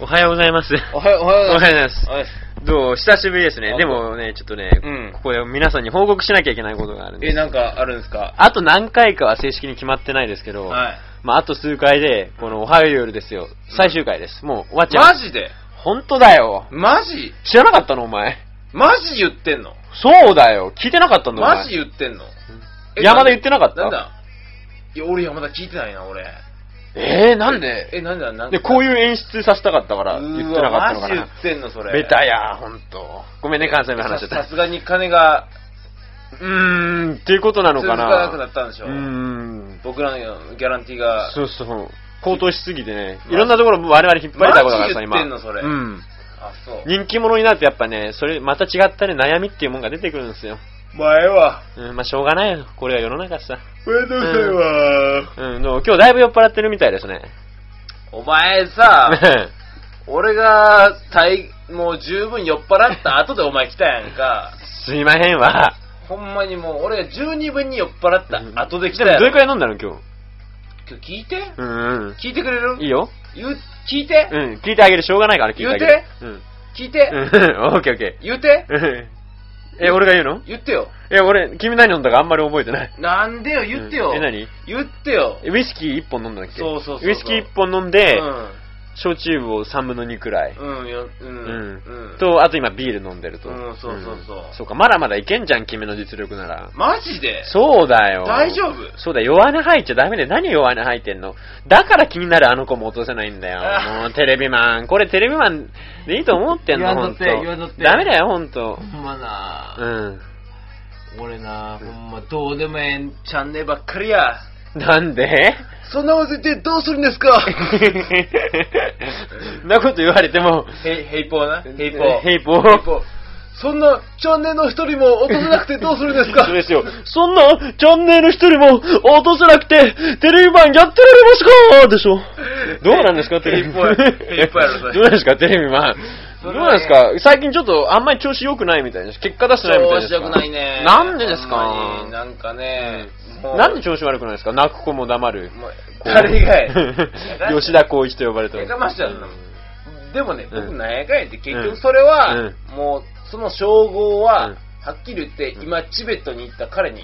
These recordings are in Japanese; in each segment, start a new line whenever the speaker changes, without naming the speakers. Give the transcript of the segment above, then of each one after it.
おはようございます。
おはようございます。
おはよう、おはようございます。
お
お
はよ
はよ
どう久しぶりですね。
あ
でもね、ちょっとね、
うん
ここで皆さんに報告しなきゃいけないことがあるん
う
で
え、
す。
なんかあるんですか
あと何回かは正式に決まってないですけど、
はい。
まあ、あと数回で、このおはよう夜ですよ。最終回です。もう終わっちゃう。
マジで
本当だよ。
マジ
知らなかったのお前。
マジ言ってんの
そうだよ。聞いてなかったんだお前。
マジ言ってんのえ
山田言ってなかった
なんだいや、俺山田聞いてないな、俺。
えー、なんで
え、なんだ、なん
で、こう
う
いう演出させたかったから、言ってなかったのか
マジ言
な。
ってんの、それ。
ベタや、ほんと。ごめんね、関西の話だっ
さ
た。
さすがに金が、
うーん、っていうことなのかな。
通ずがなくなったんでしょ
うーん。
僕らのギャランティーが、
そうそう。高騰しすぎてね、
マジ
いろんなところ我々引っ張りだこだからさ、今。
マジ言ってんのそれ
うん。
あ、そう。
人気者になるとやっぱね、それ、また違ったね、悩みっていうもんが出てくるんですよ。
前は、
うん、まあしょうがないよ。これが世の中さ。
めんどくさいわ。
うん、でも今日だいぶ酔っ払ってるみたいですね。
お前さ、俺が、たい、もう十分酔っ払った後でお前来たやんか。
すいまへんわ。
ほんまにもう、俺が十二分に酔っ払った後で来たや
どれ
ろ
くらい飲んだの今日。
今日聞いて
うん、
聞いてくれる
うん。いいよ。
言う聞いて
うん、聞いてあげる。しょうがないから聞いてあげる。うん。
聞いて
うん、 オッケーオッケ
言うて
ー。うんえ、俺が言うの
言ってよ。
え、俺、君何飲んだかあんまり覚えてない。
なんでよ、言ってよ。
うんえ、何
言ってよ。
ウイスキー1本飲んだんだっけ
そうそうそうそう
ウイスキー1本飲んで、
うん。
焼酎を3分の2くらい。
うん、ようん
う。
うんん。
と、あと今ビール飲んでると。
うんそうそうそうん
そうか、まだまだいけんじゃん、君の実力なら。
マジで
そうだよ。
大丈夫
そうだ、弱音吐いちゃダメで、何弱音吐いてんのだから気になるあの子も落とせないんだよ。
あ
もうテレビマン。これテレビマンでいいと思ってんの、
言わ
ほ
ん
ん
と
と。
って言わんとって
ダメだよ、ほんと
ほ。んま
う
な、
ん。
俺な、ほんまどうでもええチャンネルばっかりや。
なん で
そんなこと言ってどうするんです か
そ んなこと言われても、
へい、へいぽうな。へいぽう。
へいぽう
へいぽうそんなチャンネルの一人も落とせなくてどうするん ですか
そうですよ。そんな、チャンネル一人も落とせなくて、テレビ版やってられますかでしょ。どうなんですか、テレビ版。
いっぱいいっぱいあるそれ
どうですか、テレビ版。ど
そうれ
な
は
ん
ね
ですか最近ちょっとあんまり調子良くないみたいです。結果出してないみたい
調
です
子
から。
良くないね。
なんでです
ほんまに
か
なんかね、もう
なんで調子悪くないですか泣く子も黙る。
もう誰がや
吉田光一と呼ばれて
やかましいわそんなもん でもね、
うん
僕なんやかんやって結局それは、
うん
もう、その称号
う
は
ん、
はっきり言って、今、チベットに行った彼に、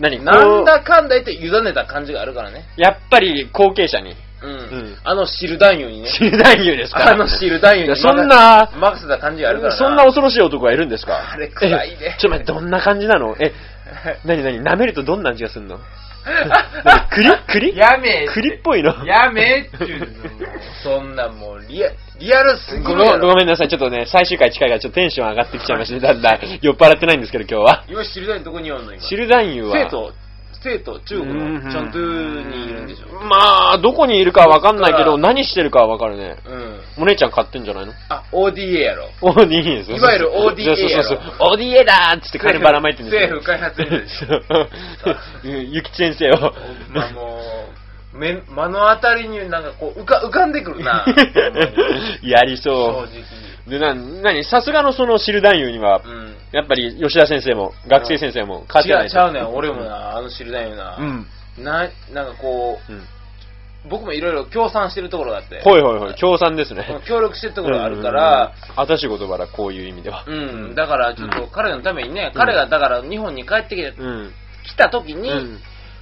何
なんだかんだ言って委ねた感じがあるからね。
やっぱり後継者に。
うん。
ん
あの汁男優にね。
知らないようですか
あの汁男優
い
に
や
任せ
そんな、
任せた感じがあるからな。
そんな 恐ろしい男がいるんですか
あれ暗いね
えちょっと待って、どんな感じなのえ、なになに舐めるとどんな味がするの何栗栗
やめえって
栗っぽいの
やめえっちゅうのもうそんなもうリア、リアルすぎ
ご
る
め
や
ん
ろ
ごめんなさい、ちょっとね、最終回近いからちょっとテンション上がってきちゃいま したね。だんだん酔っ払ってないんですけど、今日は。
今知りたいとこにおんの今
シルダンユは。
生徒生徒中国のチャントゥにいるんでしょ
うまあ、どこにいるかはわかんないけ
だから
ど、何してるかはわかるね。
うん
お姉ちゃん買ってんじゃないの
あ ODA やろ
?ODA です
いわゆる ODA
そうそうそうそう。ODA だーっつって金ばらまいてるん ですよ。
政府開発員で す
そううんゆきち先生を。
まあもう目目の当たりになんかこう浮か浮かんでく るな
やり
正
そ
直
う。で、な、なに、さすがのその知る男優には、
うん
やっぱり吉田先生も、学生先生も、勝て
違
な
う
い
ちゃうねん俺もなあの知りたいよな
うん。
ななんかこ
うん。
う僕もいろいろ協賛してるところがあって
ほいほいほい、協賛ですね。
協力してるところがあるから、
うん、あたし言葉だ、こういう意味では。
うん、だからちょっと彼のためにね、彼がだから日本に帰ってきて
うん。
来た時
う
に、
ん。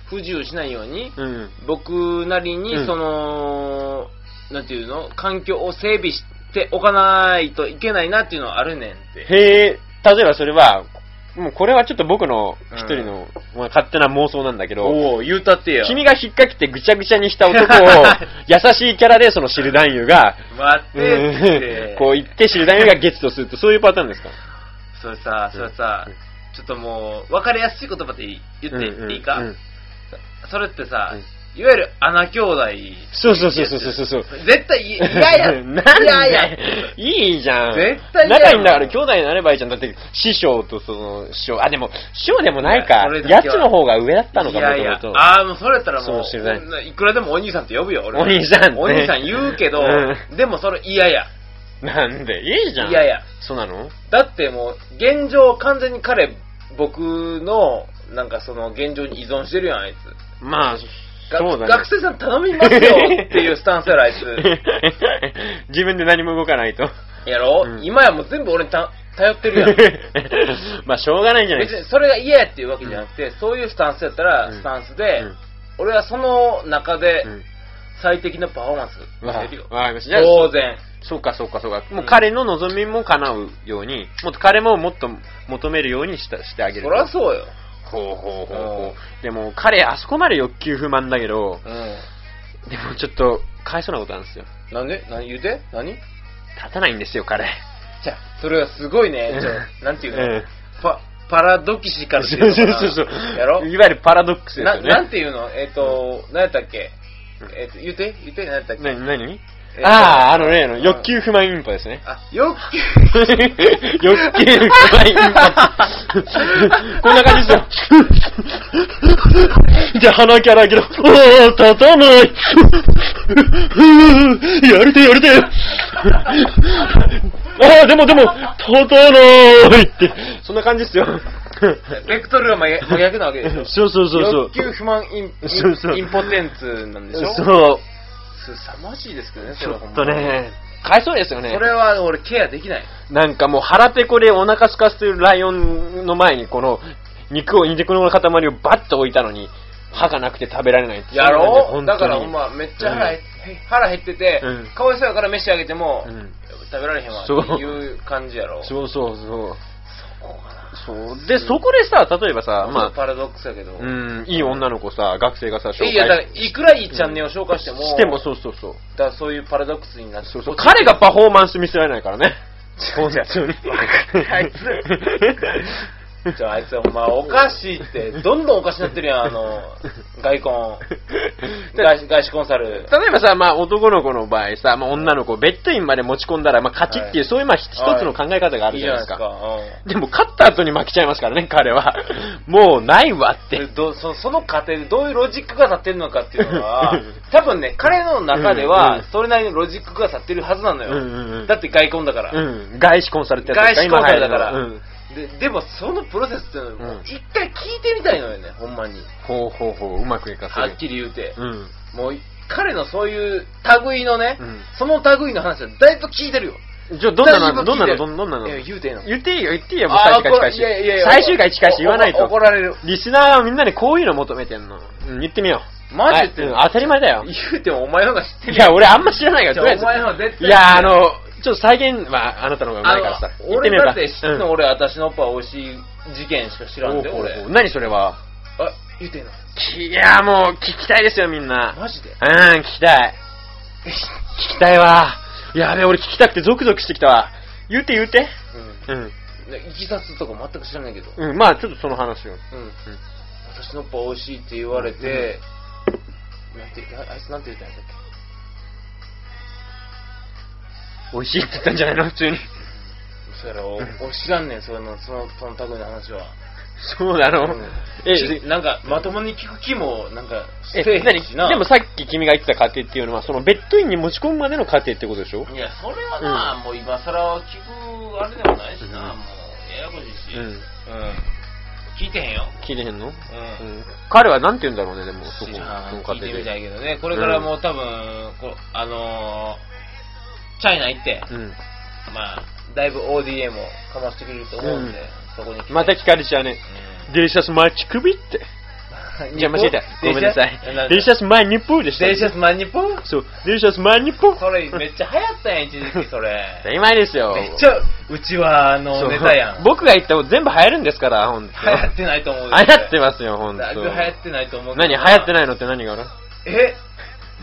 不自由しないように、
うん。
僕なりに
うん
その、なんていうの環境を整備しておかないといけないなっていうのはあるねんって
へえ、例えばそれは、もうこれはちょっと僕の一人の、まあ勝手な妄想なんだけど、
おお言うたってよ
君が引っかきてぐちゃぐちゃにした男 を、優しいキャラでその知る男優が、
待ってって
うんこう言って知る男優がゲットすると、そういうパターンですか
それさそれさ、
うん
ちょっともう分かりやすい言葉で言っていい
う
か、
んうんうん
それってさ、
うん
いわゆる穴兄弟
そうそうそうそうそうそう。
絶 対い嫌や
なんで
嫌や
いいじゃん。
絶対嫌や
仲いいんだから兄弟になればいいじゃん。だって、師匠とその、師匠。あ、でも、師匠でもない
いや
か
それ。だ
やつ
けは
の方が上だったのか
い
も
やいや、ああ、もうそれやったらもう
そう知りたい
いくらでもお兄さんって呼ぶよ、俺は
お兄さんって
お兄さん言うけど、
う
でもそれ嫌や。
なんで、いいじゃん。
いやいや。
そうなの
だってもう、現状完全に彼、僕の、なんかその現状に依存してるやん、あいつ。
まあ、
が
そうだね
学生さん頼みますよっていうスタンスやろ、あいつ。
自分で何も動かないと。
やろ、
うん
今やもう全部俺にた頼っ てるやん。
まあ、しょうがないんじゃない
別
です
にそれが嫌やっていうわけじゃなくて、そういうスタンスやったら、
うん
スタンスで、
うん
俺はその中で
か。うん
最適なパフォーマンスを出せるよ。
わかりました。じゃあ、
当然。
そうかそうかそうか。もう彼の望みも叶うように、もっと彼ももっと求めるようにしたしてあげる。
そりゃそうよ。
ほうほうほう
う
ほう。でも彼、あそこまで欲求不満だけど、
うん。
でもちょっと、かえそうなことなんですよ。
なんで何言うて何
立たないんですよ、彼。
じゃあそれはすごいね。ちょなんていうの、
うん
パパラドキシカルっ
そ
ていうう
そ
の
う
かな
そうそう。
やろ
いわゆるパラドックスです
な
よね。
なんていうのえっ、と、何やったっけ
うん
えっ、と、言うて言うて何やったっけ、
なになに
えっと
ああ、あのね、あの
うん
欲求不満インパですね。
あ、欲求。
欲求不 満インパ。こんな感じ ですよ。じゃあ鼻キャラ開けろ。おー、立たない。 ふぅやりてえやりてえ。 ああ、でもでも、立たないって。そんな感じ ですよ。
ベクトルが真逆真逆なわけでしょ
そうそうそうそう。
欲求不満イン
そうそう
インポテンツなんでしょ
そう。
すさまじいですけどね、
ち
そ
ょ
れはほん
っ
ま
と
に。
ね、買えそうですよね。
それは俺ケアできない。
なんかもう腹ペコでお腹空かせてるライオンの前にこの肉を、肉の塊をバッと置いたのに、歯がなくて食べられないって
やろ
う
だからほんま、めっちゃ腹,、
うん
腹減ってて、
うん
かわいそうやから飯あげても、
うん
食べられへんわって
そう
いう感じやろ。
そうそうそう。そうで、そこでさ、例えばさ、
まあ、
まあ、
パラドックスやけど。
うん、いい女の子さ、学生がさ、紹介
いや、だからいくらいいチャンネルを紹介しても、
してもそうそうそう。
だからそういうパラドックスになって
そうそう彼がパフォーマンス見せられないからね。
そうじゃん
本当に
わか った あいつ じゃああいつお前おかしいって、どんどんおかしになってるやん、あの、外婚。 外資外資コンサル。
例えばさ、まあ、男の子の場合さ、まあ、女の子をベッドインまで持ち込んだら、まあ、勝ちっていう、
はい
そういう、まあ、ひ一つの考え方があるじゃないです
いい
か。
うん
でも、勝った後に負けちゃいますからね、彼は。もう、ないわっ
で
て。
どそその過程でどういうロジックが立ってるのかっていう のは、多分ね、彼の中で
うん
は
うん、
それなりのロジックが立ってるはずなのよ。
うんうんうん
だって外婚だから。
うん。外資コンサルってやつ
外資コンサルだから、
今流行るのうん
ででもそのプロセスっていうの
う
を
ん
一回聞いてみたいのよね、ほんまに
ほうほうほう、うまくいかせる。
はっきり言うて、
うん。
もう彼のそういう類のね、
うん
その類の話はだいぶ聞いてるよ
じゃあ、どんなの、
だ
ど
い
ん
ぶ聞
ないの、
てる
どんどんなの
いや言うてえの
言っていいよ、言っていいよ、もう
あ
最
ー
終回近い
これいやいやい
し。
や
最終回近いし言わない
おお怒
と。
られる
リスナーはみんなにこういうの求めてんの。うん、言ってみよう。
マジで言ってんの
はいうん当たり前だよ。
言うてもお前の方が知って る
いや、俺あんま知らないから、
じ
と
ゃ
りあ
あ
え
お前の方が絶
ず。
対
いや、あの、ちょっと再現はあなたの方がうまいからさ
あ。の
言ってみ
俺
ようか
だって知ってんの俺私のおっぱい美味しい事件しか知らんで
うん
俺
おうおうおう何それは。
あ言うてえの
いや、もう聞きたいですよ、みんな。
マジで
うん、聞きたい。聞きたいわ。やべ、俺聞きたくてゾクゾクしてきたわ。言うて言うて。
う
うん。
んねいきさつとか全く知らないけど
うん、まあちょっとその話を。
うん、私のっぱ美味しいって言われて、なんてああいつなんて言ったんやったっ
美味しいって言ったんじゃないの普通に。
けそやろ俺知らんねんそのそのその類の話は、
そうだろ。うえ
き、なんかまともに聞く気もなんかせ
え、
えへんしな
何でもさっき君が言ってた過程っていうのは、そのベッドインに持ち込むまでの過程ってことでしょ
いやそれはな、もう今更聞くあれでもないしな、
うん
もうややこしいし、
うん
うん聞いてへんよ
聞いてへんのう
うん
ん彼はなんて言うんだろうね、でも、そこ、
知
そ
らん
の
聞い
家
てみ
庭
た
で。
いけどねこれからもう多分こあのー、チャイナ行って、
うん。
まあだいぶ ODA もかましてくれると思うんで、
うん
そこに来て
また聞かれちゃうね。デリシャスマイチクビって。
うん
じゃあ間 違えた。ごめんなさい。デリシ
ャ
ャスマイニップでした。
デリシャスマンニポン
そう、デリシャスマイニップ
それめっちゃ流行ったやん、一時期それ。
当たり前ですよ。
めっちゃ、うちはあ
そ
の
う
ネタや ん。流
僕が言ったこと全部流行るんですから、ほんと。
行ってないと思う。
流行ってますよ、
す
ほんと。
だいぶ流行ってないと思う。
何流行って
い
ないのって何がある
え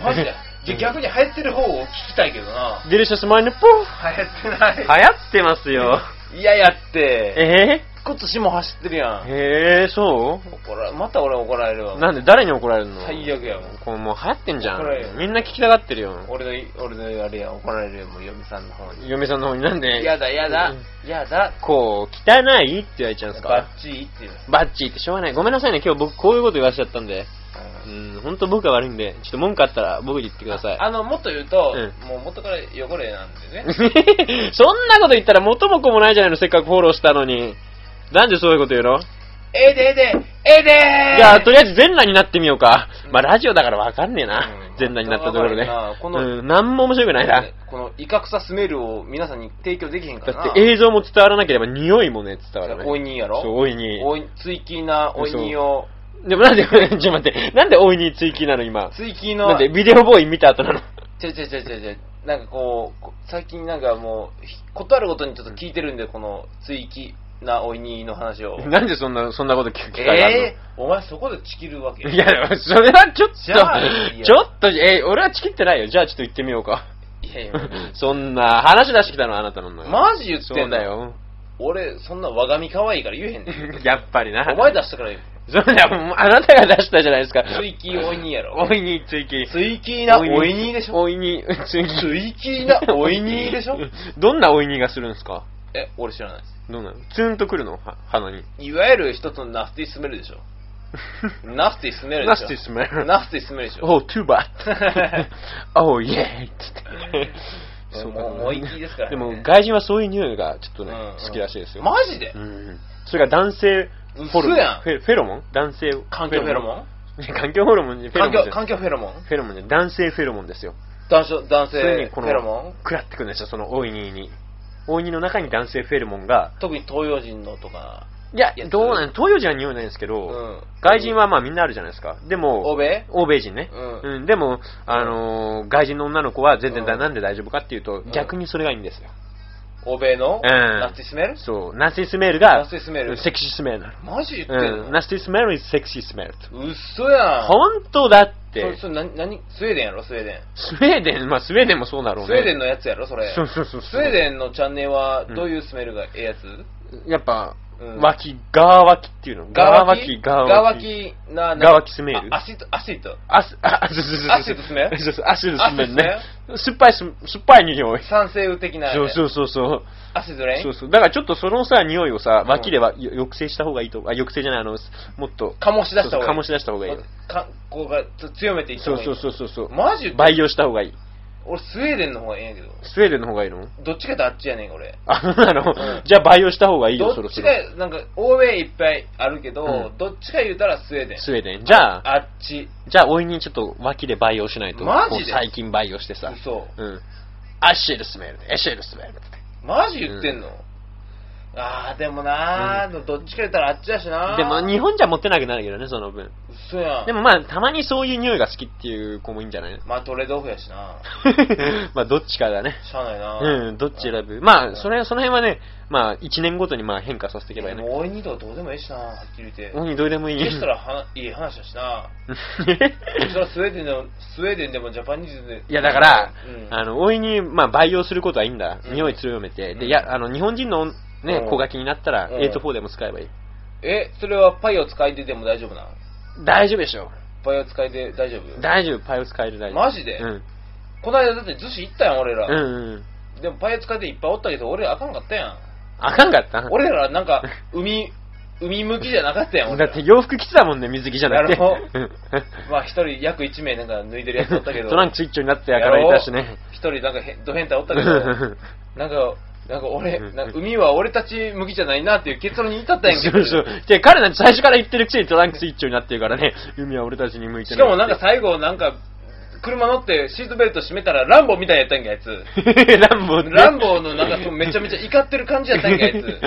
マジで じゃ
うん
あ逆に流行ってる方を聞きたいけどな。
デリシャスマイニップ
流行ってない。
流行ってますよ。
いややって。
え
今年も走ってるや
ー、
ん。
えー、そ
怒ら、また俺怒られるわ。
うなんで誰に怒られるの
最悪やもん。
こうもう流行ってんじゃ
怒られる
ん。みんな聞きたがってるよ。
俺の、俺のあれやん、怒られるよ、もう嫁さんの方に。
嫁さんの方になんで。
やだやだ、やだ、
こう、汚いって言われちゃうんです
バ
か
ッチリっていう。
バッチーってしょうがない。ごめんなさいね、今日僕こういうこと言わしちゃったんで。うん、本当僕が悪いんで、ちょっと文句あったら僕に言ってください。
あの、もっと言うと、
う
もう元から汚れなんで ね。
そんなこと言ったら元も子もないじゃないの、せっかくフォローしたのに。なんでそういうこと言うの
ええでええで、ええでー
じゃあ、とりあえず全裸になってみようか
う。ん
まあ、ラジオだからわかんねえな
うん。
全裸になったところで
わかんないな。この
うん、なんも面白くないな。
このイカクサスメルを皆さんに提供できへんから
だ
な。
って映像も伝わらなければ匂いもね、伝わらない。
おいにやろ
そう、おいに。
おい、追記なおいにを、
でも なんで、ちょっと待って、なんでおいに追記なの今。
追記
な
の
ん、で、ビデオボーイ見た後なの。
ちょちょちょちょちょ、なんかこう、こ最近なんかもう、ひことあるごとにちょっと聞いてるんで、この追記なおいにの話を。
なんでそんな、そんなこと聞く機会があるの、
えー、お前そこでチキるわけ
いや、それはちょっと
じゃあいい、よ
ちょっと、えー俺はチキってないよ。じゃあちょっと行ってみようか。
いやいや
そんな、話出してきたのあなたなんだよ。
マジ言ってんの
そうだよ。
俺、そんなわがみ可愛いから言えへんねん。
やっぱりな。
お前出したから言う。
そうだよ、もうあなたが出したじゃないですか。
追記おいにや ろ。
おいに追記。
追記なおいにでしょ
おいに、追記。
追記なおいにで しょ
どんなおいにがするんですか
え、俺知らないです。
どんなのツーンとくるのは鼻 に。
いわゆる一つのナスティスメルでしょ。ナスティスメルでし
ナス
ょ。
ティスメル
ナスティスメルでしょ。
おう、トゥーバッ。 おう、イェーイっつって。
もうもう一気ですからね
でも、外人はそういう匂いがちょっとね、
うんうん
好きらしいですよ。
マジで
うん。それが男性フォルモ
嘘やん
ン。フェフェロモン男性
環境フェロモン
ン 環境フェロモンじゃフェロモン
環
じゃ
境、環境フェロモン
フェロモンじゃ男性フェロモンですよ。
男性、男
それ
性
に
フ
こ
ェロモ
の
ン、
食らってくるんですよ、そのオイニーに。オイニーの中に男性フェロモンが、
特に東洋人のとか、
いや
いや、
どうなん東洋人は匂いないんですけど、
うん
外人はまあみんなあるじゃないですか。でも、
欧米
欧米人ね。
うん
でも、あのー外人の女の子は全然だ、
うん
なんで大丈夫かっていうと、
ん
逆にそれがいいんですよ。
欧米の
うん
ナスティスメル
そう、ナスティスメールが、
ナスティスメール
うんセクシースメールなの。
マジ言ってん
うん、
の
ナスティスメール is セクシースメールと。
嘘やん。
本当だって
そ、それ何何スウェーデンやろスウェーデン
スウェーデン、まあスウェーデンもそうだろう
ス
ね。
ウェーデンのやつやろそれ
そうそうそうそう
スウェーデンのチャンネルはどういうスメルがええやつ、
やっぱ、
うん
脇、ガー脇っていうの。
ガー脇
ガー脇。
ガー脇な、
ガー脇スメール
あアシッド、アシッド。
アス、あ、そうそうそうそう。
アシドスメ
そうそう、アシドスメルね。酸っぱいす、酸っぱい匂い。
酸性雨的な、
そうそうそうそう。
アシッドレイン
そうそう。だからちょっとそのさ、匂いをさ、脇ではよ抑制した方がいいと。あ、抑制じゃない、あの、もっと。
醸し出し
そう
た方がいい。
そう醸し出した方がいいよ
かこうがちょ強めていった
そ
方
う
がいい。
そうそうそうそう。
マジ
培養した方がいい。
俺スウェーデンの方がええんやけど。
スウェーデンの方がいいの
どっちかってあっちやねん、俺。
あ、そうなの、
うん
じゃあ培養した方がいいよ、そ
ど
ろ
っ
そ
ち
ろ。
か、なんか、欧米いっぱいあるけど、
うん
どっちか言うたらスウェーデン。
スウェーデン。じゃあ、
あっち。
じゃあ、おいにちょっと脇で培養しないと。
マジで
こう最近培養してさ。
嘘
うん。アッシェルスメール、エッシェルスメールって。
マジ言ってんの、あー、でもなー、どっちか言ったらあっちやしなー。
でも、日本じゃ持ってなくなるけどね、その分。
嘘やん。
でもまあ、たまにそういう匂いが好きっていう子もいいんじゃ ない
まあ、トレードオフやしな。
まあ、どっちかだね。
しゃあないな
うん、どっち選ぶ。まあ、それ、その辺はね、まあ、1年ごとにまあ変化させていけばいい
も
ね。
う、おいにとかどうでもええしなはっきり言って。
鬼どうでもいい。
消したらはないい話だしな。それはスウェーデンでも、スウェーデンでもジャパニーズで。
いや、だから、
うん、
あの、おいに、まあ、培養することはいいんだ。
うん
匂い強めて。
う
で、
ん
いや、あの、日本人のね
う、ん
子が気になったら、
うん
8-4でも使えばいい。
え、それはパイを使いででも大丈夫な
大丈夫でしょ。
パイを使いで大丈夫
大丈夫、パイを使える大丈夫。
マジで
うん。
この間だって逗子行ったやん、俺ら。
うんうん。
でもパイを使いでいっぱいおったけど、俺らあかんかったやん。
あかんかった。
俺らなんか、海、海向きじゃなかったやん、
だ
俺
って
ら。
洋服着てたもんね、水着じゃなくて。
やろ
うん
まあ一人約1名なんか脱いでるやつおったけど。
トランクス一丁になってやからいたしね。
一人なんかへド変態おったけど、なんか、なんか俺、なんか海は俺たち向きじゃないなっていう結論に至ったやんけ。
そうそう。で、彼なんて最初から言ってるくせにトランクス一丁になってるからね、海は俺たちに向いて
し
な
か
い。
もなんか最後なんか、車乗ってシートベルト締めたらランボみたいやったんか、やつ。
ランボー って
ランボーのなんかそうめちゃめちゃ怒ってる感じやったんか、やつ。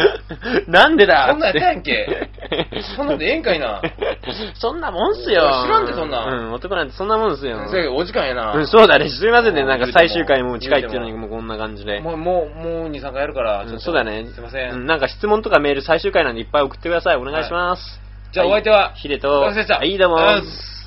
なんでだ
そんなんやったやん
つ
け。 そんなんでええんかいな。
そんなもんっすよ。
知らんでそんなん
うん、男なんてそんなもんっすよ。
せやけどお時間やな。
うん、そうだね。すいませんね。なんか最終回もう近いっていうのに
言うて
もうこんな感じで。
もう、もう、もう2、3回やるから、ちょっ
うん
と
そうだね。
すいませ。
うんんなんか質問とかメール最終回なんでいっぱい送ってください。お願いします。
じゃあお相手は、
ヒデと、
お疲れ様でした
はい、どうも。
ありがとうございます